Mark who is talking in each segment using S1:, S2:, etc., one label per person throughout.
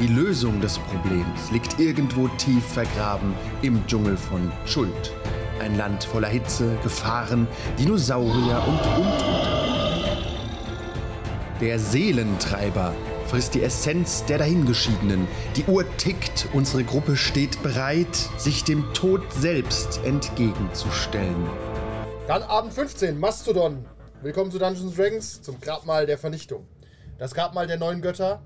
S1: Die Lösung des Problems liegt irgendwo tief vergraben im Dschungel von Schuld. Ein Land voller Hitze, Gefahren, Dinosaurier und Untote. Der Seelentreiber frisst die Essenz der Dahingeschiedenen. Die Uhr tickt, unsere Gruppe steht bereit, sich dem Tod selbst entgegenzustellen.
S2: Dann Abend 15, Mastodon. Willkommen zu Dungeons Dragons, zum Grabmal der Vernichtung. Das Grabmal der neuen Götter,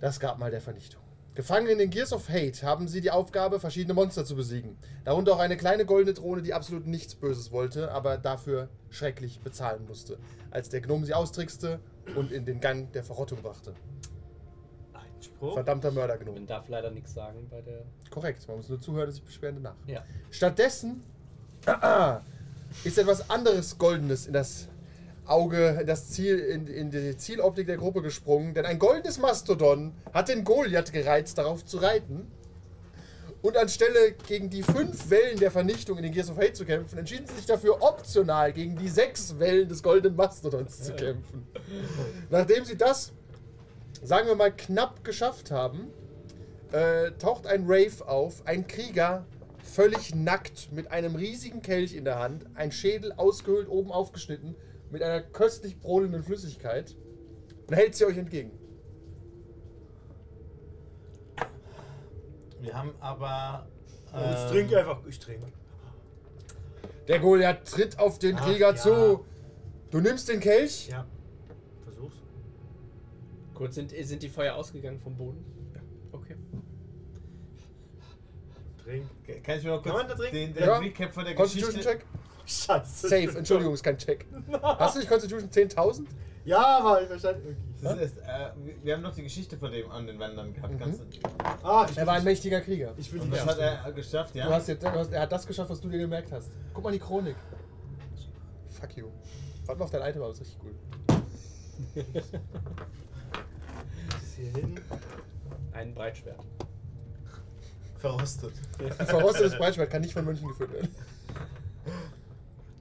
S2: das Grabmal der Vernichtung. Gefangen in den Gears of Hate haben sie die Aufgabe, verschiedene Monster zu besiegen. Darunter auch eine kleine goldene Drohne, die absolut nichts Böses wollte, aber dafür schrecklich bezahlen musste, als der Gnom sie austrickste und in den Gang der Verrottung brachte.
S3: Einspruch.
S2: Verdammter
S3: Man
S2: Mördergnom.
S3: darf leider nichts sagen bei der.
S2: Korrekt, man muss nur zuhören und sich beschweren nach.
S3: Ja.
S2: Stattdessen äh, ist etwas anderes Goldenes in das Auge, in das Ziel, in, in die Zieloptik der Gruppe gesprungen, denn ein goldenes Mastodon hat den Goliath gereizt, darauf zu reiten. Und anstelle gegen die fünf Wellen der Vernichtung in den Gears of Hate zu kämpfen, entschieden sie sich dafür, optional gegen die sechs Wellen des goldenen Mastodons zu kämpfen. Nachdem sie das, sagen wir mal, knapp geschafft haben, äh, taucht ein Rave auf, ein Krieger, völlig nackt, mit einem riesigen Kelch in der Hand, ein Schädel ausgehöhlt, oben aufgeschnitten, mit einer köstlich brodelnden Flüssigkeit und hält sie euch entgegen.
S4: Wir haben aber.
S5: Jetzt
S4: ähm,
S5: trink einfach, ich trinke.
S2: Der Goliath tritt auf den
S5: Ach,
S2: Krieger
S5: ja.
S2: zu. Du nimmst den Kelch.
S5: Ja. Versuch's.
S3: Kurz, sind, sind die Feuer ausgegangen vom Boden? Okay.
S5: Trink.
S4: Kann ich mir noch
S5: Kann
S4: kurz
S5: man da trinken?
S4: den, den
S2: Ja.
S4: Recap von der
S2: Constitution
S4: Geschichte?
S2: Check?
S5: Scheiße.
S2: Safe, Entschuldigung, ist kein Check. Hast du nicht Constitution 10.000?
S5: Ja, aber ich verstand. irgendwie.
S4: Das ist, äh, wir- wir haben noch die Geschichte von dem an den Wänden gehabt.
S2: Mhm.
S4: Kannst du,
S5: Ah, ich
S2: Er war ein
S5: will,
S2: mächtiger Krieger.
S5: ich will die
S4: und das
S5: Geschichte.
S4: hat er geschafft, ja?
S2: Du hast jetzt, du hast, er hat das geschafft, was du dir gemerkt hast. Guck mal in die Chronik. Fuck you. Warte mal auf dein Item, aber ist richtig cool.
S3: Bis hierhin. Ein Breitschwert.
S4: verrostet.
S2: Ein verrostetes Breitschwert kann nicht von München geführt werden.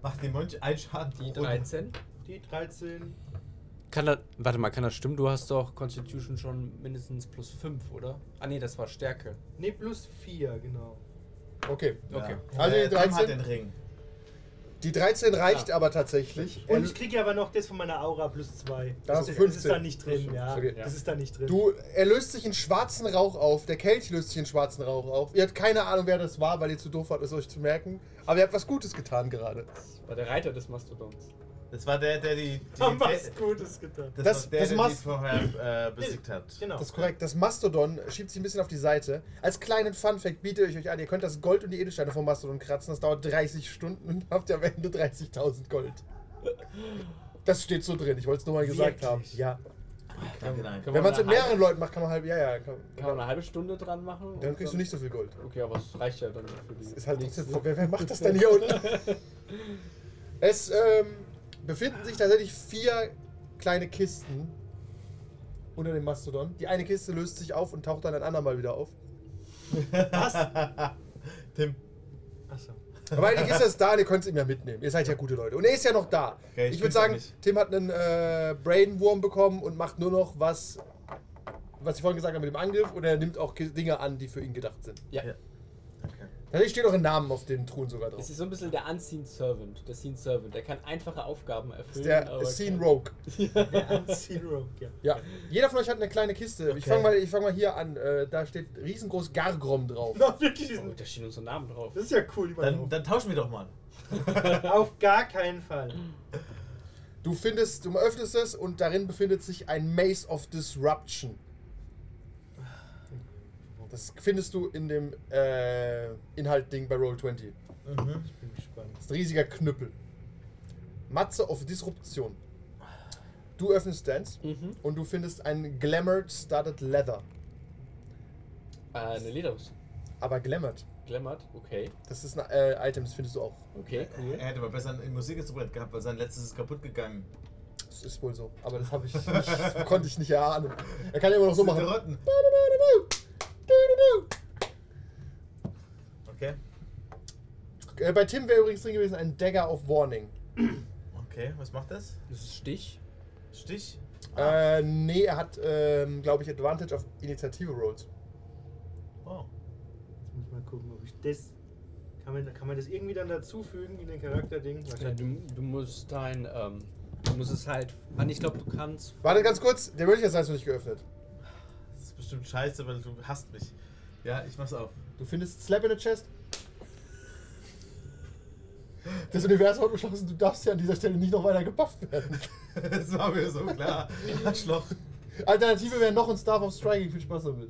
S4: Macht dem Mönch einen Schaden.
S3: Die
S4: pro Runde.
S3: 13.
S5: Die 13.
S6: Kann das, warte mal, kann das stimmen? Du hast doch Constitution schon mindestens plus 5, oder? Ah nee, das war Stärke.
S5: Ne, plus 4, genau.
S2: Okay.
S6: Okay.
S4: Ja.
S2: Also
S4: Also
S2: die
S4: die 13.
S2: 13?
S4: hat den Ring.
S2: Die 13 reicht aber tatsächlich.
S5: Und ich kriege ja aber noch das von meiner Aura plus 2.
S2: hast
S5: Das,
S2: du
S5: ist-
S2: 15.
S5: das ist Äh, da nicht drin, ja.
S2: Okay.
S5: Das ist da nicht drin.
S2: Du, er löst sich in schwarzen Rauch auf, der Kelch löst sich in schwarzen Rauch auf. Ihr habt keine Ahnung, wer das war, weil ihr zu doof wart, es euch zu merken. Aber ihr habt was Gutes getan gerade.
S3: Das war der Reiter des Mastodons.
S4: Das war der, der die. die
S5: haben
S4: der,
S5: was Gutes getan.
S4: das,
S2: Das-
S4: war der,
S2: das
S4: der die
S2: machst-
S4: vorher äh, besiegt hat.
S5: Genau.
S2: Das ist korrekt. Das Mastodon schiebt sich ein bisschen auf die Seite. Als kleinen Funfact biete ich euch an, ihr könnt das Gold und die Edelsteine vom Mastodon kratzen. Das dauert 30 Stunden und habt ihr am Ende 30.000 Gold. Das steht so drin, ich wollte es nur mal gesagt haben.
S5: Wirklich?
S2: Ja.
S4: Danke, danke.
S3: Kann
S2: Wenn man es
S3: eine
S2: mit mehreren
S3: halbe-
S2: Leuten macht, kann man halb. Ja, ja. Kann,
S3: Kann man eine halbe Stunde dran machen? und
S2: dann kriegst du nicht so viel Gold.
S3: Okay, aber es reicht ja dann für die.
S2: Ist halt
S3: nächste.
S2: trotzdem, wer, wer macht das denn hier unten? Es ähm, befinden sich tatsächlich vier kleine Kisten unter dem Mastodon. Die eine Kiste löst sich auf und taucht dann ein andermal wieder auf.
S4: Tim.
S5: Achso.
S2: Aber eigentlich ist das da und ihr könnt es ihm ja mitnehmen. Ihr seid ja gute Leute. Und er ist ja noch da.
S4: Okay, ich
S2: ich würde
S4: bin's
S2: sagen,
S4: auch nicht.
S2: Tim hat einen äh, Brainwurm bekommen und macht nur noch was, was ich vorhin gesagt habe mit dem Angriff. Und er nimmt auch Ki- Dinge an, die für ihn gedacht sind.
S3: Ja.
S4: Ja. Okay.
S2: Tatsächlich steht auch ein Namen auf den Truhen sogar drauf.
S3: Es ist so ein bisschen der Unseen Servant, der Seen Servant. Der kann einfache Aufgaben
S2: Das
S3: erfüllen.
S2: ist der
S3: Hm, aber
S2: Scene
S3: kann-
S2: Rogue.
S5: Zero, ja.
S2: Ja, jeder von euch hat eine kleine Kiste. Ich
S5: Okay.
S2: fange mal, ich fang mal hier an. Äh, da steht riesengroß Gargrom drauf.
S5: Na, wirklich,
S3: Oh, da
S5: das
S3: stehen unsere Namen drauf.
S5: ist ja cool. die
S4: Dann,
S5: waren
S4: dann tauschen wir doch mal.
S5: auf. auf gar keinen Fall.
S2: Du findest, du öffnest es und darin befindet sich ein Maze of Disruption. Das findest du in dem äh, Inhalt-Ding bei Roll20.
S5: Ich bin gespannt.
S2: Das ist ein riesiger Knüppel. Matze of Disruption. Du öffnest deins
S3: Mhm.
S2: und du findest ein Glamoured Studded Leather.
S3: Äh, eine Lederrüstung.
S2: Aber glamored.
S7: geklämmert. Okay,
S2: Das ist ein äh, Item, das findest du auch.
S7: okay, cool.
S4: Er hätte aber besser ein Musikinstrument gehabt, weil sein letztes ist kaputt gegangen.
S2: Das ist wohl so. Aber das habe ich nicht, das konnte ich nicht erahnen. Er kann ja immer noch so machen.
S4: Rotten. Okay.
S2: Äh, bei Tim wäre übrigens drin gewesen ein Dagger of Warning.
S4: Okay, was macht das?
S3: Das ist Stich.
S4: Stich?
S2: Äh, nee, er hat, ähm, glaube ich, Advantage auf Initiative-Rolls.
S4: Wow.
S5: Jetzt muss ich mal gucken, ob ich das. Kann man, kann man das irgendwie dann dazufügen in den Charakterding?
S3: Ja, Also du, du musst dein, ähm, du musst es halt. Ah, nee, ich glaube, du kannst.
S2: Warte ganz kurz, der Möglichkeitsleist ist noch nicht geöffnet.
S4: Das ist bestimmt scheiße, weil du hasst mich. Ja, ich mach's auf.
S2: Du findest Slap in the Chest. Das Universum hat beschlossen, du darfst ja an dieser Stelle nicht noch weiter gebufft werden.
S4: das war mir so klar. Arschloch.
S2: Alternative wäre noch ein Staff of Striking. Viel Spaß damit.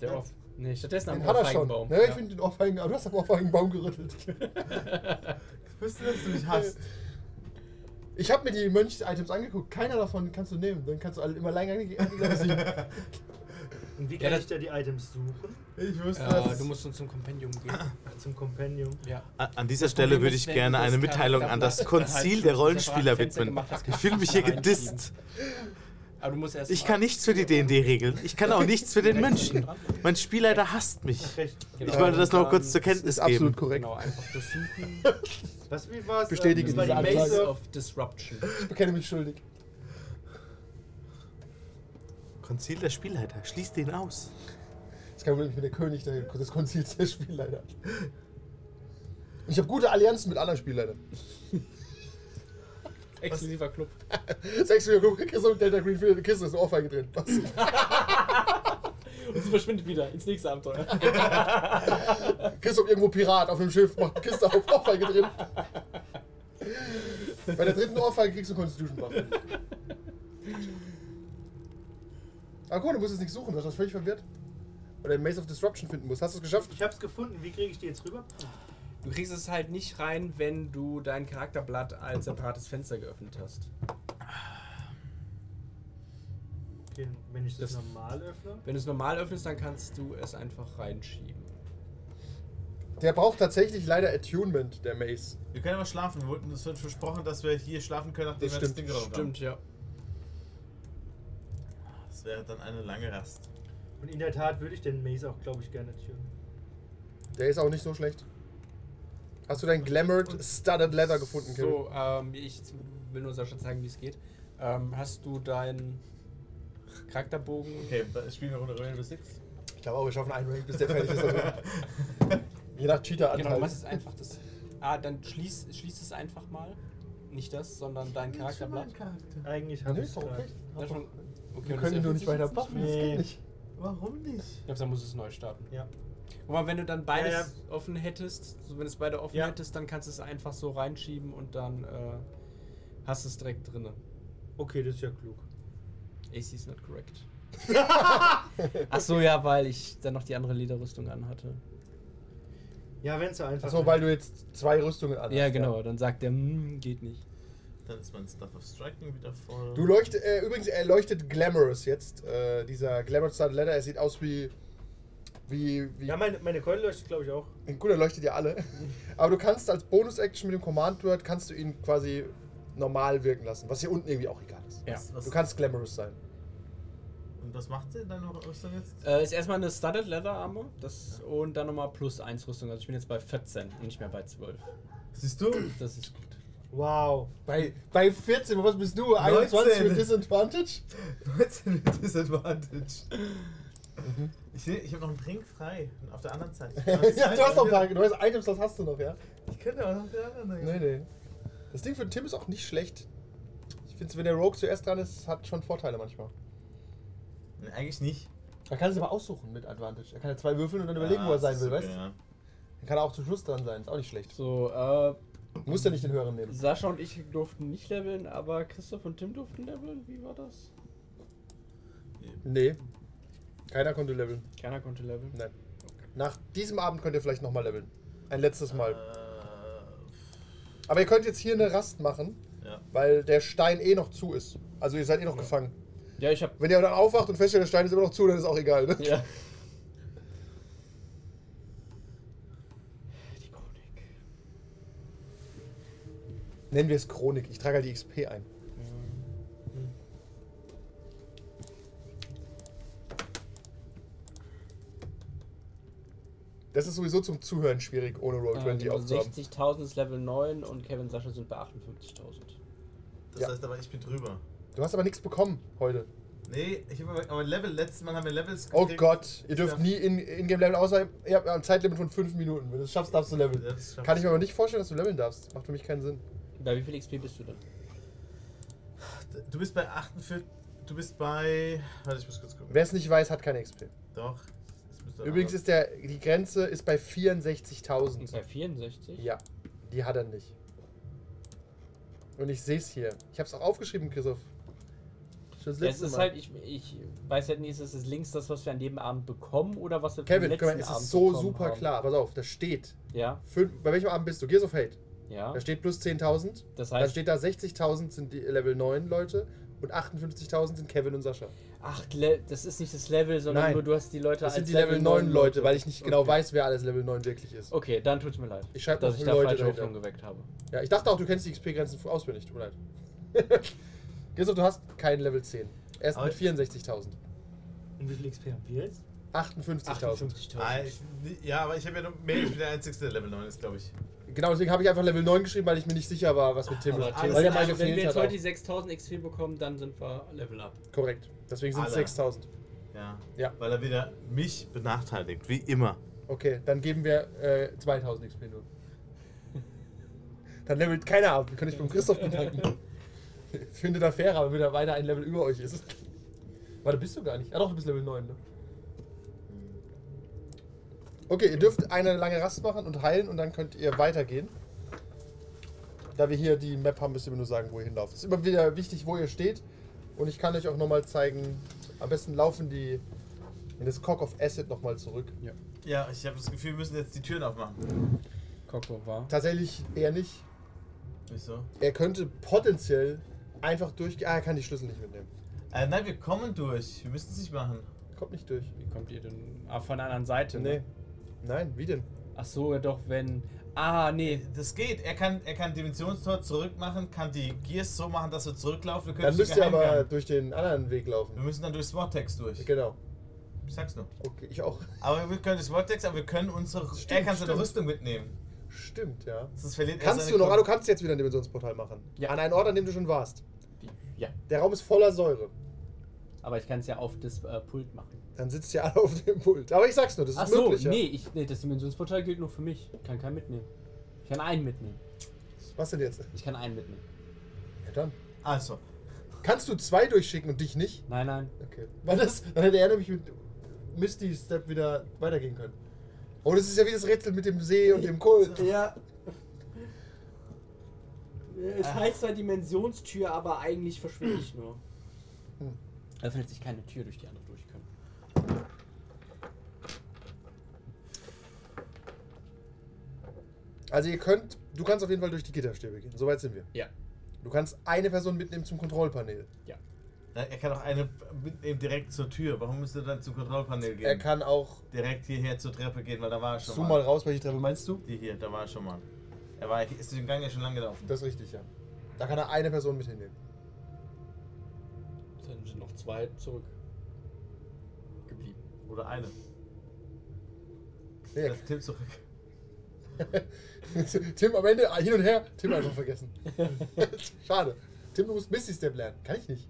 S7: Der Off. Nee, stattdessen am
S2: Den hat er schon.
S7: Ohrfeigenbaum.
S2: Ja, ich finde den Ohrfeigen, aber du hast am Ohrfeigenbaum gerüttelt.
S4: Ich wüsste, dass du mich hasst.
S2: Ich habe mir die Mönch-Items angeguckt. Keiner davon kannst du nehmen. Dann kannst du alle immer länger gehen.
S5: Und wie
S3: Ja,
S5: kann
S3: das-
S5: ich da die Items suchen?
S4: Ich wüsste,
S3: Äh, du musst uns zum Kompendium gehen.
S5: Ah, Zum Compendium.
S3: Ja.
S8: An an dieser Stelle würde ich gerne eine Mitteilung an das Konzil der Rollenspieler widmen. Ich fühle mich hier gedisst.
S3: Aber du musst erst
S8: Ich
S3: mal-
S8: kann nichts für die D&D-Regeln. Ich kann auch nichts für den Menschen. Mein Spielleiter hasst mich.
S5: Ach, recht.
S8: Ich wollte das noch
S3: Ähm,
S8: kurz zur Kenntnis geben.
S2: korrekt.
S3: Genau, einfach das suchen.
S5: Was, wie war's?
S2: Bestätige
S5: ähm, das war die
S2: diese
S5: Maze
S2: Anfrage.
S5: of
S3: of Disruption.
S2: Ich bekenne mich schuldig.
S8: Konzil der Spielleiter, schließt den aus.
S2: Das kann ich bin der König der- des Konzils der Spielleiter. Ich habe gute Allianzen mit anderen Spielleitern.
S7: Exklusiver Club.
S2: Sechs Millionen Kiste und Delta Green für die Kiste ist eine Ohrfeige drin. Was?
S7: Und sie verschwindet wieder ins nächste Abenteuer.
S2: Kiste auf irgendwo Pirat auf dem Schiff, macht eine Kiste auf Ohrfeige drin. Bei der dritten Ohrfeige kriegst du einen Constitution Buff. Aber guck, mal, du musst es nicht suchen, du hast völlig verwirrt. Oder den Maze of Disruption finden musst. Hast du es geschafft?
S5: Ich hab's gefunden. Wie kriege ich die jetzt rüber?
S3: Du kriegst es halt nicht rein, wenn du dein Charakterblatt als separates Fenster geöffnet hast.
S5: Okay, wenn ich das,
S3: Das-
S5: normal öffne.
S3: Wenn du es normal öffnest, dann kannst du es einfach reinschieben.
S2: Der braucht tatsächlich leider Attunement, der Maze.
S4: Wir können aber schlafen. Wir wurden uns versprochen, dass wir hier schlafen können, nachdem
S2: Das
S4: wir das
S2: stimmt,
S4: Ding geraubt haben.
S3: Stimmt, ja.
S4: Das wäre dann eine lange Rast.
S5: Und in der Tat würde ich den Maze auch, glaube ich, gerne tunen.
S2: Der ist auch nicht so schlecht. Hast du dein Glamored Studded Leather gefunden, Kevin?
S3: So, ähm, ich will nur Sascha zeigen, wie es geht. Ähm, hast du deinen Charakterbogen?
S4: Okay, dann spielen wir Runde Royal bis 6.
S2: Ich glaube auch, wir schaffen einen Rank, bis der fertig ist. Also, je nach Cheater-Anteil.
S3: Genau, was ist einfach das? Ah, dann schließ, schließ es einfach mal. Nicht das, sondern dein Charakterblatt.
S5: Eigentlich
S2: Nö,
S5: habe ich
S2: ist doch okay.
S3: Das schon- okay,
S2: Wir
S3: und
S2: können
S3: das
S2: nur
S3: öffnet
S2: nicht
S3: sich
S2: weiter
S3: jetzt
S2: buffen,
S3: mehr.
S2: das
S5: Nee.
S2: geht nicht.
S4: Warum nicht?
S3: Ich glaube, dann muss es neu starten.
S5: Ja.
S3: Guck mal, wenn du dann beides
S5: Ja, ja.
S3: offen hättest, so wenn es beide offen
S5: Ja.
S3: hättest, dann kannst du es einfach so reinschieben und dann äh, hast du es direkt drinne.
S5: Okay, das ist ja klug.
S3: AC is not correct. Ach so, ja, weil ich dann noch die andere Lederrüstung anhatte.
S5: Ja, wenn es so einfach
S2: Achso, weil du jetzt zwei Rüstungen an hast.
S3: ja, genau. Dann sagt er, "Hm, geht nicht.
S4: Dann ist mein Stuff of Striking wieder voll.
S2: Du leuchtet, äh, übrigens, er leuchtet Glamorous jetzt. Äh, dieser Glamored Studded Leather, er sieht aus wie. Wie, wie
S5: Ja, meine, meine Coin leuchtet, glaube ich, auch.
S2: Gut, er leuchtet ja alle. Aber du kannst als Bonus-Action mit dem Command-Word kannst du ihn quasi normal wirken lassen, was hier unten irgendwie auch egal ist.
S3: Ja.
S4: Was,
S2: Du kannst glamorous sein.
S4: und was macht sie dann noch Rüstung jetzt?
S3: Äh, ist erstmal eine Studded Leather Armor das, und dann nochmal plus 1 Rüstung. Also ich bin jetzt bei 14 und nicht mehr bei 12.
S4: Siehst du?
S3: Das ist gut.
S5: Wow.
S2: Bei, bei 14, was bist du? 21 mit Disadvantage?
S4: 19 mit Disadvantage.
S2: Mhm.
S4: Ich, seh- ich habe noch einen Drink frei. Auf der anderen Seite.
S2: ja, du hast noch ein paar. Du hast Items, das hast du noch, ja?
S4: Ich könnte auch noch den anderen nehmen.
S2: Nee, nee. Das Ding für Tim ist auch nicht schlecht. Ich finde, wenn der Rogue zuerst dran ist, hat schon Vorteile manchmal.
S4: Nee, Eigentlich nicht.
S2: Er kann es aber aussuchen mit Advantage. Er kann ja zwei würfeln und dann überlegen,
S4: Ah,
S2: wo er sein will, weißt du?
S4: du?
S2: Dann kann er auch zum Schluss dran sein. Ist auch nicht schlecht.
S3: So, äh,
S2: Muss ja nicht den höheren nehmen.
S3: Sascha und ich durften nicht leveln, aber Christoph und Tim durften leveln. Wie war das?
S2: Nee. Keiner konnte leveln.
S3: Keiner konnte leveln.
S2: Nein. Nach diesem Abend könnt ihr vielleicht nochmal leveln. Ein letztes
S4: Äh,
S2: Mal. Aber ihr könnt jetzt hier eine Rast machen,
S4: Äh, ja.
S2: weil der Stein eh noch zu ist. Also ihr seid eh noch gefangen.
S3: Ja, ich hab.
S2: Wenn ihr dann aufwacht und feststellt, der Stein ist immer noch zu, dann ist auch egal. Ne?
S3: Ja.
S2: Nennen wir es Chronik. Ich trage halt die XP ein. Das ist sowieso zum Zuhören schwierig, ohne
S3: Ja,
S2: Roll20
S3: genau,
S2: aufzuhaben.
S3: 60.000 ist Level 9 und Kevin Sascha sind bei 58.000.
S4: Das
S2: Ja.
S4: heißt aber, ich bin drüber.
S2: Du hast aber nichts bekommen heute.
S4: Nee, ich habe aber- aber Level, letztes Mal haben wir Levels
S2: Oh
S4: gekriegt.
S2: Gott, ihr dürft
S4: Ja.
S2: nie in- In-Game-Leveln, außer ihr habt ein Zeitlimit von 5 Minuten. Wenn du es schaffst, darfst du leveln.
S4: Ja, das schaff
S2: Kann ich mir aber nicht vorstellen, dass du leveln darfst. Macht für mich keinen Sinn.
S3: Bei wie viel XP bist du denn?
S4: Du bist bei 48. Du bist bei. Warte, ich muss kurz gucken.
S2: Wer es nicht weiß, hat keine XP.
S4: Doch. es müsste
S2: Übrigens
S4: aber-
S2: ist der, die Grenze ist bei
S3: Und
S2: 64.000.
S3: bei 64?
S2: Ja, die hat er nicht. Und ich sehe es hier. Ich habe es auch aufgeschrieben, Christoph. Schon das
S3: Es
S2: letzte
S3: ist
S2: Mal.
S3: halt, ich, ich weiß halt nicht, ist es links das, was wir an dem Abend bekommen oder was wir
S2: Kevin,
S3: vom
S2: guck mal,
S3: letzten
S2: es
S3: Abend
S2: ist so
S3: bekommen
S2: super
S3: haben.
S2: klar. Pass auf, da steht.
S3: Ja,
S2: Fünf, bei welchem Abend bist du? Gears of Hate.
S3: ja.
S2: Da steht plus 10.000.
S3: Das
S2: Da
S3: heißt,
S2: steht da 60.000 sind die Level 9 Leute und 58.000 sind Kevin und Sascha.
S3: ach, Le- das ist nicht das Level, sondern
S2: Nein.
S3: nur du hast die Leute
S2: Das
S3: als
S2: sind die Level 9 Leute, weil ich nicht genau
S3: Okay.
S2: weiß, wer alles Level 9 wirklich ist.
S3: Okay, dann tut's mir leid,
S2: Ich schreib
S3: dass
S2: noch
S3: ich da
S2: Leute
S3: falsche
S2: dahinter.
S3: Hoffnung geweckt habe.
S2: Ja, ich dachte auch, du kennst die XP-Grenzen fu- auswendig, tut mir leid. Christoph, du hast kein Level 10. Erst
S4: Aber-
S2: mit 64.000.
S5: Und wie viel XP haben wir jetzt?
S2: 58.000.
S4: Ah,
S3: 58.000.
S4: ich, ja, aber ich habe ja nur mehr. Ich bin der Einzige, der Level 9 ist, glaube ich.
S2: Genau, deswegen habe ich einfach Level 9 geschrieben, weil ich mir nicht sicher war, was mit Tim
S3: Aber
S2: war.
S4: alles
S3: Tim,
S2: Weil der mal
S3: also, wenn wir
S2: gefehlt
S3: jetzt
S2: hat.
S3: heute die
S2: Auch.
S3: 6.000 XP bekommen, dann sind wir Level Up.
S2: Korrekt. Deswegen sind es
S4: Alle.
S2: 6.000.
S4: Ja.
S2: Ja.
S4: Weil er wieder mich
S9: Benachteiligt, wie immer.
S2: Okay, dann geben wir äh, 2.000 XP nur. Dann levelt keiner ab. Dann könnte ich beim Christoph bedanken. Ich finde da fairer, wenn wieder weiter ein Level über euch ist. Warte, bist du gar nicht? Ah doch, du bist Level 9, ne? Okay, ihr dürft eine lange Rast machen und heilen und dann könnt ihr weitergehen. Da wir hier die Map haben, müsst ihr mir nur sagen, wo ihr hinlauft. Es ist immer wieder wichtig, wo ihr steht. Und ich kann euch auch nochmal zeigen, am besten laufen die in das Cock of Acid nochmal zurück.
S4: Ja, ich habe das Gefühl, wir müssen jetzt die Türen aufmachen.
S6: Koko war.
S2: Tatsächlich eher nicht.
S4: Wieso?
S2: Er könnte potenziell einfach durchgehen. Ah, er kann die Schlüssel nicht mitnehmen.
S4: Äh, nein, wir kommen durch. Wir müssen es nicht machen.
S2: Kommt nicht durch.
S6: Wie kommt ihr denn? Ah, von der anderen Seite, ne?
S2: Nein, wie denn?
S6: Ach so, ja doch, wenn. Ah, nee.
S4: Das geht. Er kann, er kann Dimensionstor zurück machen, kann die Gears so machen, dass wir zurücklaufen. Wir können
S2: Dann
S4: durch
S2: müsst
S4: den
S2: ihr aber
S4: Geheimgang.
S2: durch den anderen Weg
S4: Wir
S2: laufen.
S4: müssen dann durchs Vortex durch.
S2: Genau.
S4: Ich sag's nur.
S2: Okay, ich auch.
S4: Aber wir können durchs Vortex, aber wir können unsere. er kann seine
S2: stimmt.
S4: Rüstung mitnehmen.
S2: Stimmt, ja.
S4: Sonst verliert er
S2: Kannst
S4: seine
S2: du noch, ah,
S4: Kon-
S2: du kannst jetzt wieder ein Dimensionsportal machen.
S3: Ja.
S2: An einen Ort, an dem du schon warst.
S3: Ja,
S2: Der Raum ist voller Säure.
S3: aber ich kann es ja auf das äh, Pult machen.
S2: Dann sitzt ihr alle auf dem Pult. Aber ich sag's nur, das ist
S3: Ach so,
S2: möglich. ja.
S3: nee, ich, nee, das Dimensionsportal gilt nur für mich. Ich kann keinen mitnehmen. Ich kann einen mitnehmen.
S2: Was denn jetzt?
S3: Ich kann einen mitnehmen.
S2: Ja, dann.
S4: Also,
S2: Kannst du zwei durchschicken und dich nicht?
S3: Nein, nein.
S2: Okay. Weil das, dann hätte er nämlich mit Misty Step wieder weitergehen können. Oh, das ist ja wie das Rätsel mit dem See und dem Kult.
S3: Ja. Es heißt zwar Dimensionstür, aber eigentlich verschwinde ich nur.
S2: Hm.
S3: Öffnet sich keine Tür, durch die andere durch können.
S2: Also ihr könnt, du kannst auf jeden Fall durch die Gitterstäbe gehen. Soweit sind wir.
S3: Ja.
S2: Du kannst eine Person mitnehmen zum Kontrollpanel.
S4: na, er kann auch eine mitnehmen direkt zur Tür. Warum müsst ihr dann zum Kontrollpanel gehen?
S2: Er kann auch
S4: direkt hierher zur Treppe gehen, weil da war er schon
S2: zoom mal
S4: mal.
S2: raus, welche Treppe meinst du?
S4: Die hier, da war er schon mal. Er war, ist den Gang ja schon lang gelaufen.
S2: Das ist richtig, ja. Da kann er eine Person mit hinnehmen.
S3: Dann sind noch zwei zurück. Geblieben.
S4: Oder eine.
S2: Nee,
S4: Das Tipp zurück.
S2: er- Tim am Ende ah, hin und her, Tim einfach vergessen. Schade. Tim, du musst Missy Step lernen. Kann ich nicht.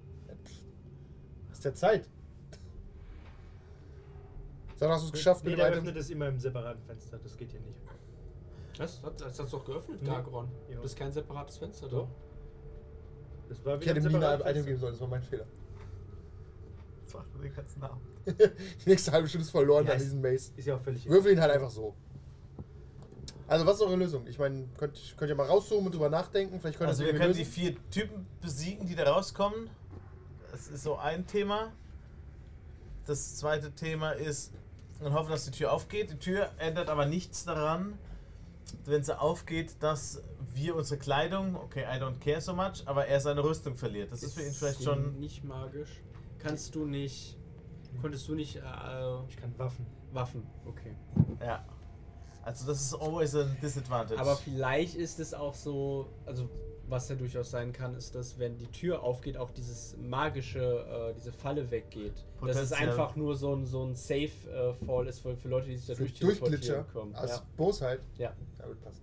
S2: Hast ja Zeit. Sag, hast du es geschafft
S5: Nee,
S2: mit
S5: der
S2: dem
S5: öffnet
S2: Item?
S5: es immer im separaten Fenster. Das geht hier nicht.
S6: Was? Das, das hast du doch geöffnet,
S4: Hm.
S5: Nee.
S6: Dagron.
S5: Ja.
S6: Das ist kein separates Fenster,
S5: Doch.
S6: doch?
S5: Das war
S2: Ich hätte
S5: im
S2: ihm nie ein
S5: separaten
S2: Item
S5: Fenster.
S2: geben sollen, das war mein Fehler.
S4: Das war den ganzen Abend.
S2: Die nächste halbe Stunde ist verloren
S5: Ja,
S2: an
S5: ist-
S2: diesem Maze.
S5: Ist ja auch völlig.
S2: Würfel ihn halt einfach so. Also, was ist eure Lösung? Ich meine, könnt, könnt ihr mal rauszoomen und drüber nachdenken? Vielleicht könnt ihr
S4: Also
S2: das
S4: wir
S2: irgendwie
S4: können die
S2: lösen.
S4: vier Typen besiegen, die da rauskommen. Das ist so ein Thema. Das zweite Thema ist und hoffen, dass die Tür aufgeht. Die Tür ändert aber nichts daran, wenn sie aufgeht, dass wir unsere Kleidung, okay, I don't care so much, aber er seine Rüstung verliert. Das ist für ihn vielleicht
S6: die
S4: schon.
S6: Nicht magisch. Kannst du nicht. Konntest du nicht. Äh,
S5: Ich kann Waffen.
S6: Waffen. Okay.
S4: Ja. Also das ist always a disadvantage.
S3: Aber vielleicht ist es auch so, also Was ja durchaus sein kann, ist, dass wenn die Tür aufgeht, auch dieses magische, äh, diese Falle weggeht. Dass es
S4: Potenziell.
S3: einfach nur so ein, so ein Safe-Fall ist für, für Leute, die sich da
S2: Für
S3: durch
S2: Durchglitscher
S3: teleportieren können.
S2: aus
S3: Ja.
S2: Bosheit.
S3: ja.
S2: Also, halt.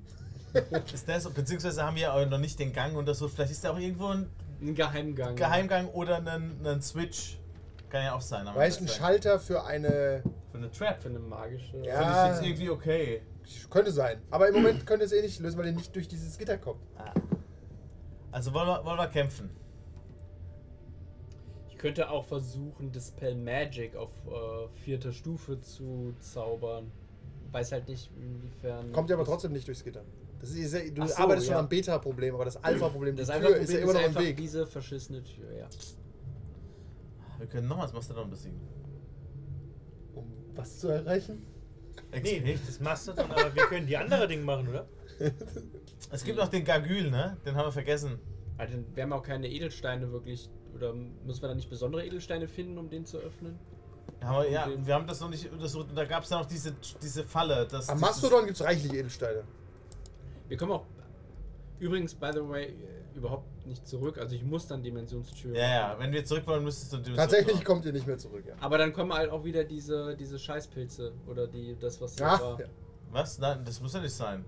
S2: Ja, wird passen.
S4: Ist das, beziehungsweise haben wir ja auch noch nicht den Gang untersucht. Vielleicht ist da auch irgendwo ein
S3: Ein Geheimgang.
S4: Geheimgang oder einen, einen Switch. Kann ja auch sein. aber
S2: Weißt du, ein
S4: das
S2: Schalter für eine.
S4: Für eine Trap.
S3: Für eine magische.
S2: Ja.
S4: Finde ich jetzt irgendwie okay.
S2: Könnte sein. Aber im Moment könnte es eh nicht lösen, weil ihr nicht durch dieses Gitter kommt.
S4: Ah. Also wollen wir, wollen wir kämpfen.
S3: Ich könnte auch versuchen, Dispel Magic auf äh, vierter Stufe zu zaubern. Weiß halt nicht, inwiefern.
S2: Kommt ihr aber
S3: das-
S2: trotzdem nicht durchs Gitter. Das ist, ihr- du
S3: Ach so,
S2: arbeitest schon
S3: ja.
S2: am Beta-Problem, aber das Alpha-Problem, die
S3: Das
S2: Tür
S3: einfach
S2: ist ja immer noch im
S3: einfach
S2: Weg.
S3: Diese verschissene Tür, ja.
S4: Wir können nochmals Mastodon besiegen.
S2: Um was zu erreichen?
S5: Nee, nicht das Mastodon, aber wir können die andere Dinge machen, oder?
S4: Es gibt noch den Gargül, ne? Den haben wir vergessen.
S3: Also, wir haben auch keine Edelsteine wirklich. Oder müssen wir da nicht besondere Edelsteine finden, um den zu öffnen?
S4: Den Haben wir, ja, wir haben das noch nicht untersucht. Und da gab es ja noch diese, diese Falle. Dass
S2: Am
S4: dieses-
S2: Mastodon gibt es reichlich Edelsteine.
S3: Wir kommen auch. Übrigens, by the way, äh, überhaupt nicht zurück. Also, ich muss dann Dimensionstür.
S4: Ja, ja. Wenn wir zurück wollen, müsstest du die
S2: Tatsächlich kommt ihr nicht mehr zurück, ja.
S3: Aber dann kommen halt auch wieder diese, diese Scheißpilze. Oder die, das, was da
S2: Ah,
S3: war.
S2: ja.
S4: Was? Nein, das muss ja nicht sein.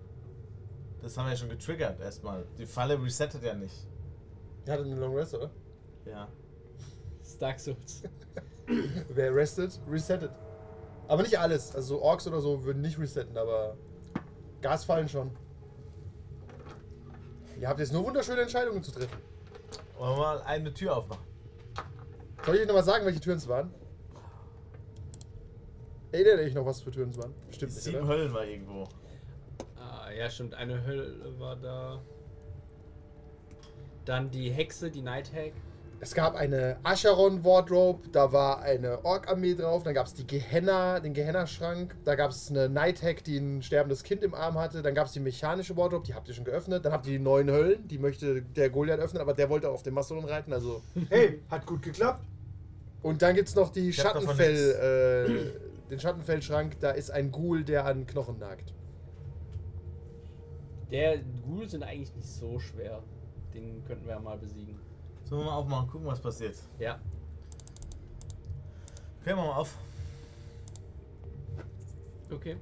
S4: Das haben wir ja schon getriggert erstmal. Die Falle resettet ja nicht.
S2: Ihr hattet einen Long Rest, oder?
S4: Ja.
S3: Stark Souls.
S2: Wer restet, resettet. Aber nicht alles. Also so Orks oder so würden nicht resetten, aber Gasfallen schon. Ihr habt jetzt nur wunderschöne Entscheidungen zu treffen.
S4: Wollen wir mal eine Tür aufmachen?
S2: Soll ich euch nochmal sagen, welche Türen es waren? Erinnert ihr euch noch, was für Türen es waren? Bestimmt nicht,
S4: Sieben
S2: oder?
S4: Höllen war irgendwo.
S3: Ah, ja, stimmt. Eine Hölle war da. Dann die Hexe, die Night Hack.
S2: Es gab eine Acheron-Wardrobe, da war eine Ork-Armee drauf, dann gab es die Gehenna, den Gehenna-Schrank, da gab es eine Nighthack, die ein sterbendes Kind im Arm hatte, dann gab es die mechanische Wardrobe, die habt ihr schon geöffnet, dann habt ihr die neuen Höllen, die möchte der Goliath öffnen, aber der wollte auf dem Mastodon reiten, also...
S5: Hey, hat gut geklappt.
S2: Und dann gibt's noch die
S4: Ich hab davon
S2: Schattenfell, äh, den Schattenfellschrank, da ist ein Ghoul, der an Knochen nagt.
S3: Der Ghoul sind eigentlich nicht so schwer. Den könnten wir ja mal besiegen.
S4: Sollen wir mal aufmachen, gucken, was passiert.
S3: Ja.
S4: Okay, machen wir auf.
S3: Okay.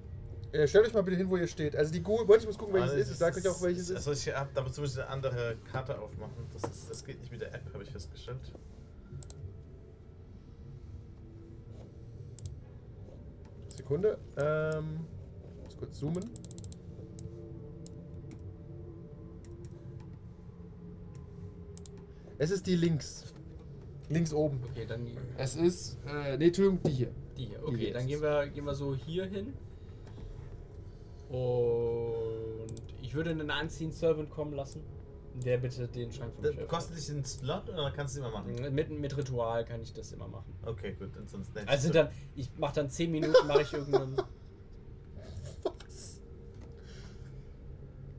S2: Äh, stellt euch mal bitte hin, wo ihr steht. Also die Ghoul, Moment, ich muss gucken, welches es ist, ich sag euch auch, welches es ist.
S4: Also ich hab, da muss ich eine andere Karte aufmachen. Das, ist, das geht nicht mit der App, habe ich festgestellt.
S2: Sekunde. Ähm, muss kurz zoomen. Es ist die links. Links oben.
S3: Okay, dann die
S2: Es ist, äh, nee, Entschuldigung, die hier.
S3: hier. Okay,
S2: hier
S3: dann
S2: ist
S3: gehen
S2: es.
S3: wir, gehen wir so hier hin. Und ich würde einen Anziehen Servant kommen lassen. Der bitte den Schrank von Mhm,
S4: Das kostet dich einen Slot oder dann kannst du es immer
S2: Mhm.
S4: machen?
S3: mit, mit Ritual kann ich das immer machen.
S4: Okay, gut, dann sonst nicht.
S3: Also dann, ich mache dann 10 Minuten, mache ich irgendeinen.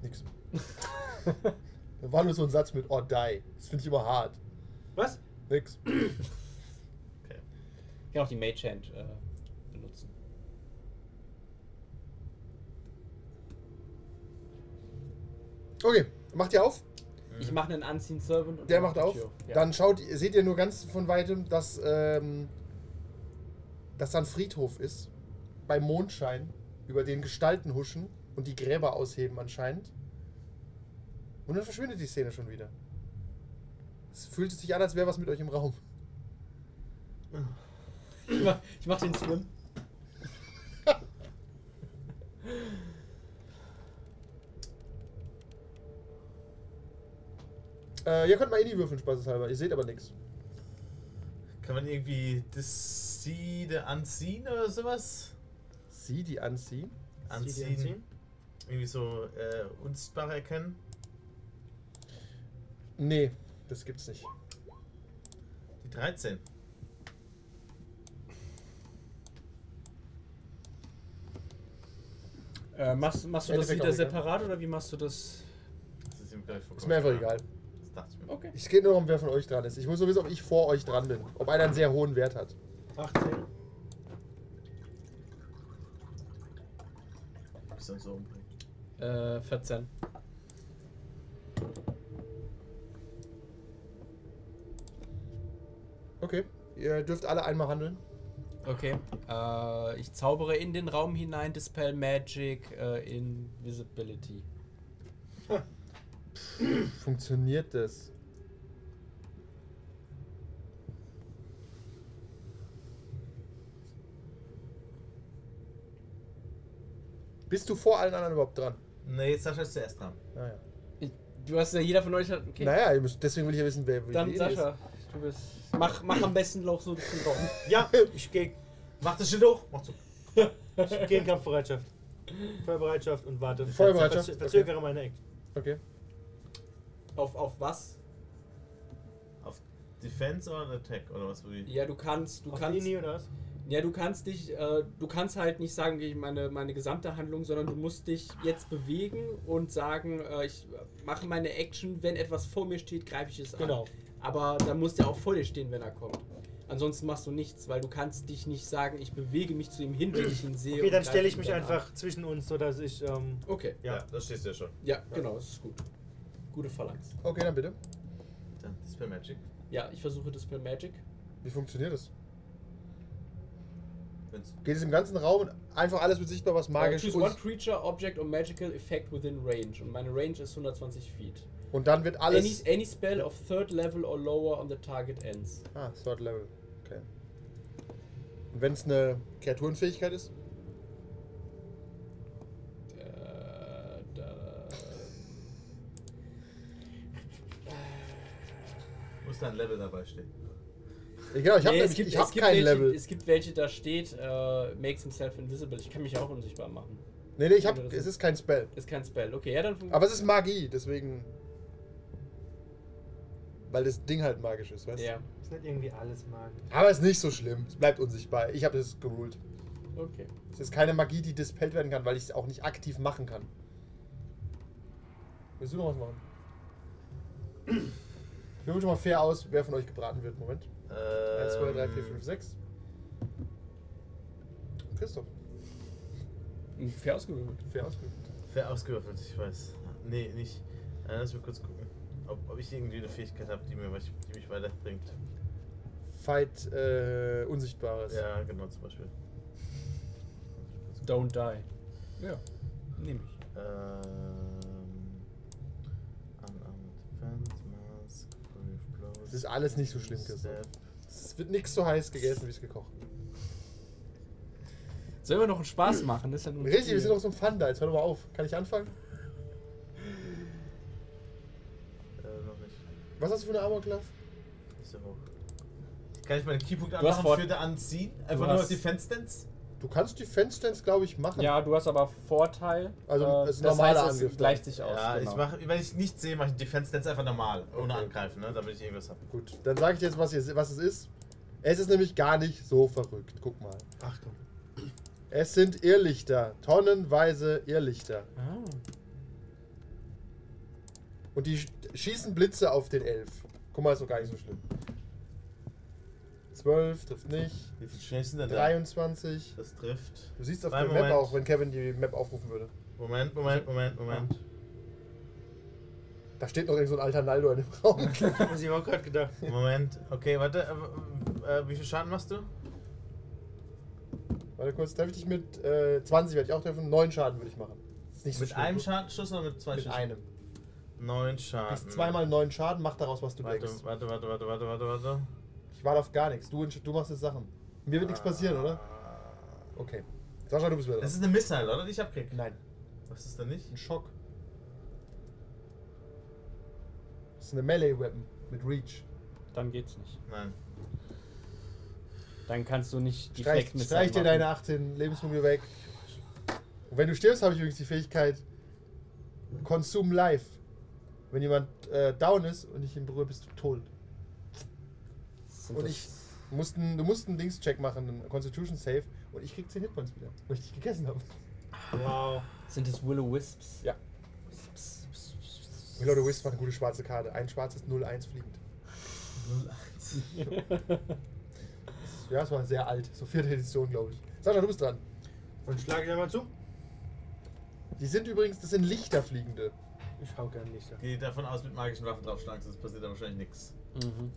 S2: Nix. da war nur so ein Satz mit or die. Das finde ich immer hart.
S5: Was?
S2: Nix.
S4: Okay.
S3: Ich kann auch die Mage Hand äh, benutzen.
S2: Okay, macht ihr auf.
S3: Ich mache einen Unseen Servant und
S2: Mhm. Der
S3: mach
S2: macht
S3: die
S2: auf.
S3: Tür Ja.
S2: Dann schaut, ihr- seht ihr nur ganz von weitem, dass, ähm, dass da ein Friedhof ist. Bei Mondschein, über den Gestalten huschen und die Gräber ausheben anscheinend. Und dann verschwindet die Szene schon wieder. Es fühlt sich an, als wäre was mit euch im Raum.
S3: ich, mach, ich mach den Swim.
S2: Äh, ihr könnt mal Indie würfeln, spaßeshalber. Ihr seht aber nichts.
S4: Kann man irgendwie das Siede anziehen oder sowas?
S2: Sie, die anziehen.
S5: Sie
S4: Anziehen.
S5: die anziehen?
S4: Irgendwie so äh, unsichtbar erkennen?
S2: Nee, das gibt's nicht.
S4: Die 13.
S3: Äh, machst, machst du das
S2: Endeffekt
S3: wieder
S2: auch egal.
S3: separat oder wie machst du das?
S4: Das ist, ihm gleich
S2: Ist mir einfach
S4: vollkommen
S2: egal.
S4: Das dachte ich mir.
S3: Okay.
S2: Es geht nur darum, wer von euch dran ist. Ich muss nur wissen, ob ich vor euch dran bin. Ob einer einen sehr hohen Wert hat.
S5: 18.
S4: Bis uns so umbringen.
S3: Äh, 14.
S2: Okay. Ihr dürft alle einmal handeln.
S3: Okay. Äh, ich zaubere in den Raum hinein Dispel Magic äh, Invisibility.
S2: Funktioniert das? Bist du vor allen anderen überhaupt dran?
S4: Nee, Sascha ist zuerst dran.
S2: Naja,
S3: Ich, du hast ja jeder von euch hat. Ah, Okay.
S2: naja ihr müsst, deswegen will ich ja wissen, wer
S3: Dann
S2: wen
S3: Sascha. Du bist. Mach, mach am besten Lauch so durch den Raum.
S5: Ja, ich gehe
S4: Mach das Schild hoch! Mach so.
S5: ich geh in Kampfbereitschaft. Feuerbereitschaft und warte.
S2: Feuerbereitschaft,
S5: Verz- Verzögere meine Act.
S2: ist. Okay.
S3: Auf, auf was?
S4: Auf Defense oder Attack oder was? Wie?
S3: Ja, du kannst, du
S5: Auf
S3: kannst.
S5: Ini oder was?
S3: Ja, du kannst dich, äh, du kannst halt nicht sagen, ich meine, meine gesamte Handlung, sondern du musst dich jetzt bewegen und sagen, äh, ich mache meine Action, wenn etwas vor mir steht, greife ich es an.
S5: Genau.
S3: Aber dann muss der auch vor dir stehen, wenn er kommt. Ansonsten machst du nichts, weil du kannst dich nicht sagen, ich bewege mich zu ihm hin, wenn ich ihn sehe.
S5: Okay,
S3: und
S5: dann
S3: greife
S5: stelle ich
S3: ihn
S5: mich
S3: dann an.
S5: einfach zwischen uns, sodass ich. Ähm,
S3: Okay,
S5: ja.
S4: das stehst du ja schon.
S3: ja, genau, das ist gut. Gute Phalanx.
S2: Okay, dann bitte.
S4: Dann Dispel Magic.
S3: Ja, ich versuche Dispel Magic.
S2: Wie funktioniert das?
S4: Wenn's
S2: Geht es im ganzen Raum einfach alles mit sichtbar, was magisch
S3: Äh,
S2: ist?
S3: choose one creature, object or magical effect within range. Und meine Range ist 120 Feet.
S2: Und dann wird
S3: Any,
S2: alles.
S3: any spell of third level or lower on the target ends.
S2: Ah, Third Level. Okay. Und wenn es eine Kreaturenfähigkeit ist?
S3: Äh, da,
S4: muss da ein Level dabei stehen.
S2: Genau, ich habe
S3: Nee,
S2: nämlich ich hab kein
S3: welche,
S2: Level.
S3: Es gibt welche, da steht, äh, makes himself invisible. Ich kann mich auch unsichtbar machen.
S2: nee, nee, ich hab,
S3: Oder so.
S2: es ist kein Spell.
S3: Ist kein Spell. Okay, ja, dann. fun-
S2: Aber es ist Magie, deswegen. Weil das Ding halt magisch ist, weißt du?
S3: Ja,
S5: Ist nicht irgendwie alles magisch.
S2: Aber es ist nicht so schlimm. Es bleibt unsichtbar. Ich habe es geruled.
S3: okay.
S2: Es ist keine Magie, die dispelled werden kann, weil ich es auch nicht aktiv machen kann. Willst du noch was machen? Ich würfel schon mal fair aus, wer von euch gebraten wird. Moment.
S4: Ähm,
S2: 1, 2, 3, 4, 5, 6. Christoph,
S3: Fair ausgewürfelt.
S2: fair ausgewählt.
S4: Wer ausgewürfelt, ich weiß. Nee, nicht. Äh, lass mich kurz gucken, ob, ob ich irgendwie eine Fähigkeit habe, die, mir was- die mich weiterbringt.
S2: Fight äh, Unsichtbares.
S4: Ja, genau, zum Beispiel.
S3: Don't die. Ja. Nehme ich.
S4: Ähm, unarmed Defense, Mask, Brave Blows.
S2: Es ist alles nicht so schlimm, Christoph.
S4: Stealth.
S2: Es wird nichts so heiß gegessen, wie es gekocht wird.
S3: Sollen wir noch einen Spaß machen? Das ist ja nur ein
S2: Richtig, wir
S3: Spiel.
S2: sind doch so ein Fun da. Jetzt hör doch mal auf. Kann ich anfangen?
S4: Äh, noch nicht.
S2: Was hast du für eine Armor-Class?
S4: Nicht so hoch. Kann ich meine Keypunkte
S3: Du hast
S4: anmachen
S3: vor-
S4: für den Anziehen?
S3: du
S4: Einfach nur
S3: hast-
S4: Defense Dance?
S2: Du kannst die Fensters, glaube ich, machen.
S3: Ja, du hast aber Vorteil. Äh,
S2: Also, es ist ein
S3: das
S2: normaler
S3: heißt, es
S2: Angriff dann.
S3: gleicht sich aus.
S4: Ja,
S3: genau.
S4: ich mache, wenn ich nichts sehe, mache ich Defense Dance einfach normal, ohne
S2: Okay.
S4: angreifen, ne, damit ich irgendwas habe.
S2: Gut, dann sage ich jetzt, was, hier, was es ist. Es ist nämlich gar nicht so verrückt. Guck mal.
S5: Achtung.
S2: Es sind Irrlichter. Tonnenweise Irrlichter.
S3: Ah.
S2: Und die sch- schießen Blitze auf den Elf. Guck mal, ist doch gar nicht so schlimm. 12 trifft nicht.
S4: Wie viel schnell sind denn da?
S2: 23.
S4: Das trifft.
S2: Du siehst auf
S4: Nein,
S2: der Map
S4: Moment.
S2: auch, wenn Kevin die Map aufrufen würde.
S4: Moment, Moment, Moment, Moment.
S2: Da steht noch irgend so ein alter Naldo in dem Raum.
S5: Muss ich mir auch gerade gedacht.
S4: Moment, okay, warte. Äh, äh, wie viel Schaden machst du?
S2: Warte kurz, treffe ich dich mit äh, 20, werde ich auch treffen. 9 Schaden würde ich machen. Ist nicht so
S4: Mit
S2: schlimm.
S4: einem Schadensschuss oder mit zwei
S2: Mit
S4: Schüssen?
S2: einem.
S4: Neun Schaden.
S2: Bis zweimal 9 Schaden, mach daraus, was du denkst.
S4: Ah, Warte, warte, warte, warte, warte, warte, warte.
S2: Ich warte auf gar nichts. Du, entsch- du machst jetzt Sachen. Mir wird nichts passieren, oder?
S4: Ah.
S2: Okay. Sascha, du bist wieder
S4: Das
S2: dran.
S4: ist eine Missile, oder? Die ich abkrieg.
S2: Nein,
S4: Was ist denn nicht?
S2: ein Schock. Das ist eine Melee-Weapon mit Reach.
S3: Dann geht's nicht.
S4: Nein.
S3: Dann kannst du nicht die
S2: Streich,
S3: Fleckmesser
S2: streich dir
S3: machen.
S2: deine 18 Lebenspunkte weg. Und wenn du stirbst, habe ich übrigens die Fähigkeit Consume Life. Wenn jemand äh, down ist und ich ihn berühre, bist du tot.
S3: Sind
S2: Und
S3: das-
S2: ich musst einen, du musst einen Dings-Check machen, einen Constitution Save, und ich krieg 10 Hitpoints wieder, weil ich dich gegessen habe.
S5: Wow.
S3: Sind es Willow Wisps?
S2: Ja. Willow the Wisp macht eine gute schwarze Karte. Ein schwarzes 0-1 fliegend.
S4: 01.
S2: Ja, es war sehr alt. So vierte Edition, glaube ich. Sascha, du bist dran.
S5: Dann schlage ich einmal zu.
S2: Die sind übrigens, das sind Lichterfliegende.
S5: Ich hau gern Lichter.
S4: Geh davon aus, mit magischen Waffen draufschlagen, sonst passiert da wahrscheinlich nichts.
S3: Mhm.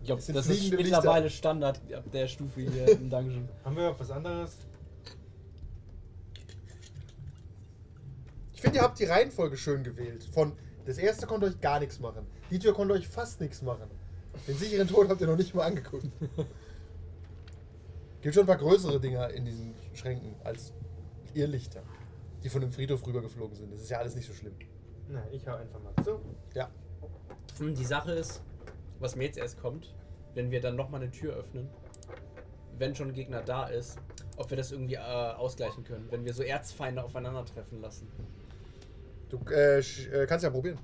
S3: Ich glaube,
S2: Es sind
S3: das ist
S2: fliegende
S3: mittlerweile
S2: Lichter.
S3: Standard ab der Stufe hier im Dungeon.
S5: Haben wir noch was anderes?
S2: Ich finde, ihr habt die Reihenfolge schön gewählt. Von das erste konnte euch gar nichts machen. Die Tür konnte euch fast nichts machen. Den sicheren Tod habt ihr noch nicht mal angeguckt. Gibt schon ein paar größere Dinger in diesen Schränken als Irrlichter, die von dem Friedhof rübergeflogen sind. Das ist ja alles nicht so schlimm.
S5: Nein, ich hau einfach mal zu.
S2: Ja.
S3: Hm, Die Sache ist, was mir jetzt erst kommt, wenn wir dann nochmal eine Tür öffnen, wenn schon ein Gegner da ist, ob wir das irgendwie äh, ausgleichen können, wenn wir so Erzfeinde aufeinandertreffen lassen.
S2: Du äh, sch- äh, kannst ja probieren.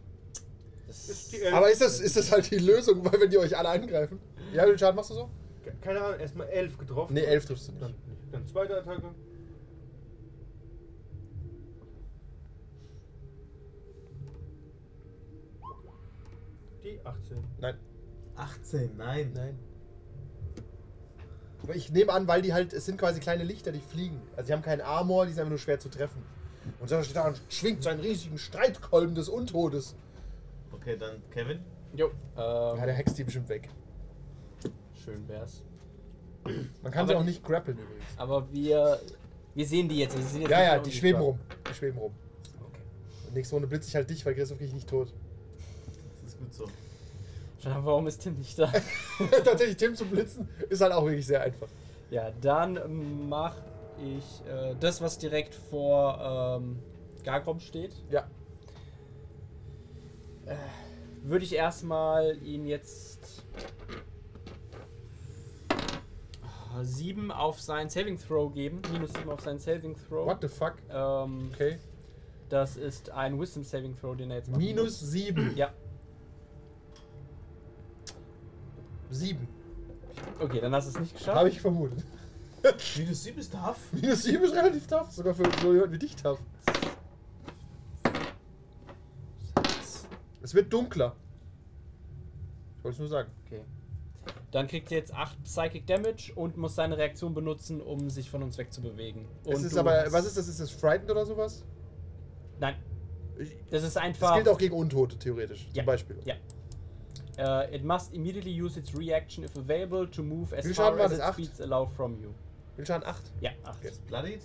S3: Das
S5: Ist
S3: ist
S5: die, äh,
S2: Aber ist das, ist das halt die Lösung, weil wenn die euch alle angreifen? Ja, den Schaden machst du so?
S5: ke- keine Ahnung, erstmal 11 getroffen.
S2: Nee, 11 triffst du nicht.
S5: Dann, dann zweite Attacke. Die 18.
S2: Nein.
S4: 18, nein.
S2: Nein. Aber ich nehme an, weil die halt, es sind quasi kleine Lichter, die fliegen. Also sie haben keinen Armor, die sind einfach nur schwer zu treffen. Und Sascha steht da und schwingt seinen riesigen Streitkolben des Untodes.
S4: Okay, dann Kevin.
S3: Jo.
S2: Ja, der
S3: Ähm,
S2: hext die bestimmt weg.
S3: schön wär's.
S2: Man kann
S3: Aber
S2: sie auch
S3: die-
S2: nicht grappeln übrigens.
S3: Aber wir. Wir sehen die jetzt. also sie sind jetzt
S2: Ja,
S3: nicht
S2: ja,
S3: mehr
S2: die
S3: unsichtbar.
S2: schweben rum. Die schweben rum.
S3: Okay.
S2: Und nächste Runde blitze ich halt dich, weil Christoph krieg ich nicht tot.
S4: Das ist gut so.
S3: Schade, warum ist Tim nicht da?
S2: Tatsächlich, Tim zu blitzen, ist halt auch wirklich sehr einfach.
S3: ja, dann mache ich äh, das, was direkt vor ähm, Gargrom steht.
S2: Ja.
S3: Würde ich erstmal ihn jetzt. Ah, sieben auf seinen Saving Throw geben. Minus sieben auf seinen Saving Throw.
S2: What the fuck?
S3: Ähm,
S2: Okay.
S3: Das ist ein Wisdom Saving Throw, den er jetzt macht.
S2: Minus 7.
S3: Ja.
S2: 7.
S3: Okay, dann hast du es nicht geschafft.
S2: Habe ich vermutet.
S4: Minus 7 ist tough.
S2: Minus 7 ist relativ tough, sogar für so jemanden wie dich tough. Es wird dunkler. Ich wollte es nur sagen.
S3: Okay. Dann kriegt er jetzt 8 Psychic Damage und muss seine Reaktion benutzen, um sich von uns wegzubewegen. Und
S2: es ist
S3: du
S2: aber,
S3: hast-
S2: was ist das? Ist das Frightened oder sowas?
S3: Nein. Das ist
S2: Das
S3: einfach.
S2: gilt auch gegen Untote, theoretisch.
S3: Ja.
S2: Zum Beispiel.
S3: Ja. Äh, it must immediately use its reaction if available to move as
S2: Wie viel
S3: far
S2: Schaden war
S3: as
S2: das?
S3: its
S2: Acht?
S3: speeds allow from you.
S2: Wildschaden 8.
S3: Ja, 8.
S2: Okay.
S4: Bloodied.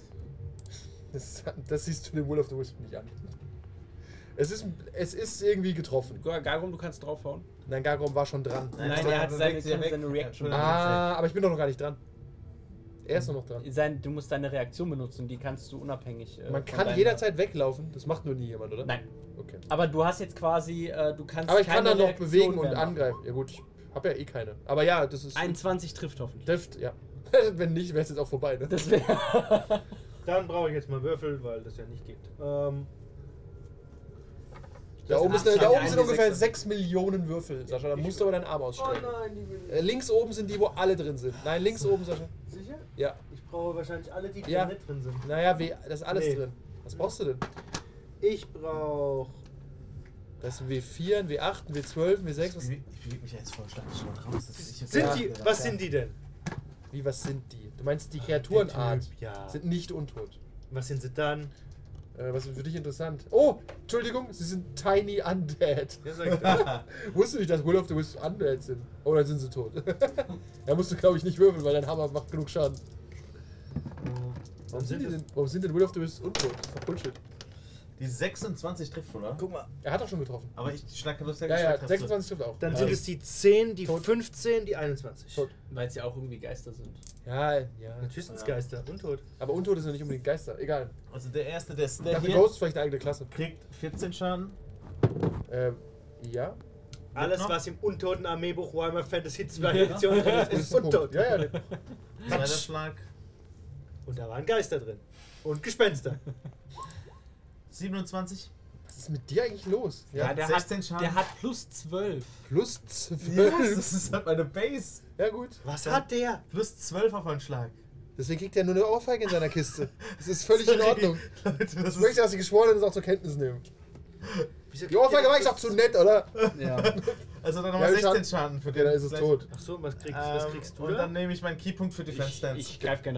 S2: Das, das siehst du dem Will of the Wisp nicht an. Es ist, es ist irgendwie getroffen.
S3: Garum, du kannst draufhauen.
S2: Nein, Gargom war schon dran.
S3: Nein, er hat seine- seine Reaction.
S2: Ah, aber ich bin doch noch gar nicht dran. Er ist doch noch dran.
S3: Sein, du musst deine Reaktion benutzen, die kannst du unabhängig. äh,
S2: Man
S3: von
S2: kann
S3: deiner-
S2: jederzeit weglaufen. Das macht nur nie jemand, oder?
S3: Nein.
S2: Okay.
S3: Aber du hast jetzt quasi, äh, du kannst.
S2: Aber ich kann
S3: keine
S2: dann noch
S3: Reaktion
S2: bewegen und
S3: mehr machen.
S2: angreifen. Ja gut, ich habe ja eh keine. Aber ja, das ist...
S3: 21 trifft hoffentlich.
S2: Deft, ja. Wenn nicht, wäre es jetzt auch vorbei, ne?
S3: Das wäre.
S5: Dann brauche ich jetzt mal Würfel, weil das ja nicht geht. Ähm,
S2: Da oben, ist
S3: acht
S2: eine, da
S3: Schlangen,
S2: oben sind
S3: eine
S2: ungefähr
S3: Sechser.
S2: 6 Millionen Würfel, Sascha. Da musst du aber deinen Arm
S5: oh
S2: ausstrecken.
S5: nein, die will
S2: Äh, links oben sind die, wo alle drin sind. Nein, links oben, Sascha.
S5: Sicher?
S2: Ja.
S5: Ich brauche wahrscheinlich alle, die
S2: Ja.
S5: da nicht drin sind.
S2: Naja, weh, das ist alles
S5: Nee.
S2: drin. Was brauchst du denn?
S5: Ich brauche.
S2: Das ist ein W4, ein W8, ein W12, ein W6. Was,
S4: Ich bewege mich ja jetzt voll stark schon raus. Das ist sicher
S5: Sind
S4: sehr
S5: die.
S4: gedacht,
S5: Was
S4: ja.
S5: sind die denn?
S2: wie, was sind die? Du meinst die
S5: Der
S2: Kreaturenart?
S5: Typ, Ja.
S2: Sind nicht untot.
S5: Was sind sie dann?
S2: Äh, was ist für dich interessant? Oh, Entschuldigung, sie sind Tiny Undead.
S5: Ja, sag ich doch.
S2: Wusste nicht, dass Will of the Wisps undead sind. Oh, dann sind sie tot. da musst du, glaube ich, nicht würfeln, weil dein Hammer macht genug Schaden. Warum sind, die
S5: das-
S2: denn, warum sind denn Will of the Wisps untot? Das ist doch Bullshit.
S4: Die 26 trifft, oder?
S5: Guck mal.
S2: Er hat doch schon getroffen.
S4: Aber ich schnacke bloß der
S2: Ja, ja,
S4: geschnackt hat.
S2: 26 trifft auch.
S5: Dann
S2: ja.
S5: sind es die 10, die
S2: Tot.
S5: 15, die 21.
S2: Tot.
S3: Weil es ja auch irgendwie Geister sind.
S2: Ja, ja.
S5: Natürlich sind es Geister. Untot.
S2: Aber Untote sind ja nicht unbedingt Geister. Egal.
S4: Also der erste, der
S2: Ich
S4: Snare
S2: dachte,
S4: hier
S2: Ghost ist vielleicht eine eigene Klasse.
S4: kriegt 14 Schaden.
S2: Ähm, ja.
S5: Alles,
S4: noch?
S5: was im untoten Armeebuch Warhammer Fantasy 2 Edition drin ist, ist untot.
S2: Ja, ja. nee.
S4: Zweiter Schlag.
S5: Und da waren Geister drin. Und Gespenster.
S4: 27.
S2: Was ist mit dir eigentlich los? Ja.
S3: der,
S4: 16
S3: hat,
S4: Schaden.
S3: der hat plus 12.
S2: Plus
S4: Yes,
S2: 12.
S4: das ist halt meine Base.
S2: Ja, gut.
S5: Was hat der?
S4: Plus 12 auf einen Schlag.
S2: Deswegen kriegt er nur eine Ohrfeige in seiner Kiste. Das ist völlig in
S4: Sorry.
S2: Ordnung.
S4: Leute, das
S2: Ich möchte,
S4: ist
S2: dass die Geschworenen das auch zur Kenntnis nehmen.
S5: Wieso
S2: Die Ohrfeige war ich doch zu nett, oder?
S3: Ja.
S4: also dann
S2: Ja,
S4: nochmal
S2: ich
S4: 16
S2: hab-
S4: Schaden für
S2: Ja,
S4: den.
S2: dann ist es
S4: gleichen.
S2: tot.
S5: Ach so, was kriegst, was
S4: Ähm,
S5: kriegst du
S4: und
S5: da?
S4: dann nehme ich meinen Keypunkt für Defense
S3: Ich,
S4: Stance.
S3: ich greife gerne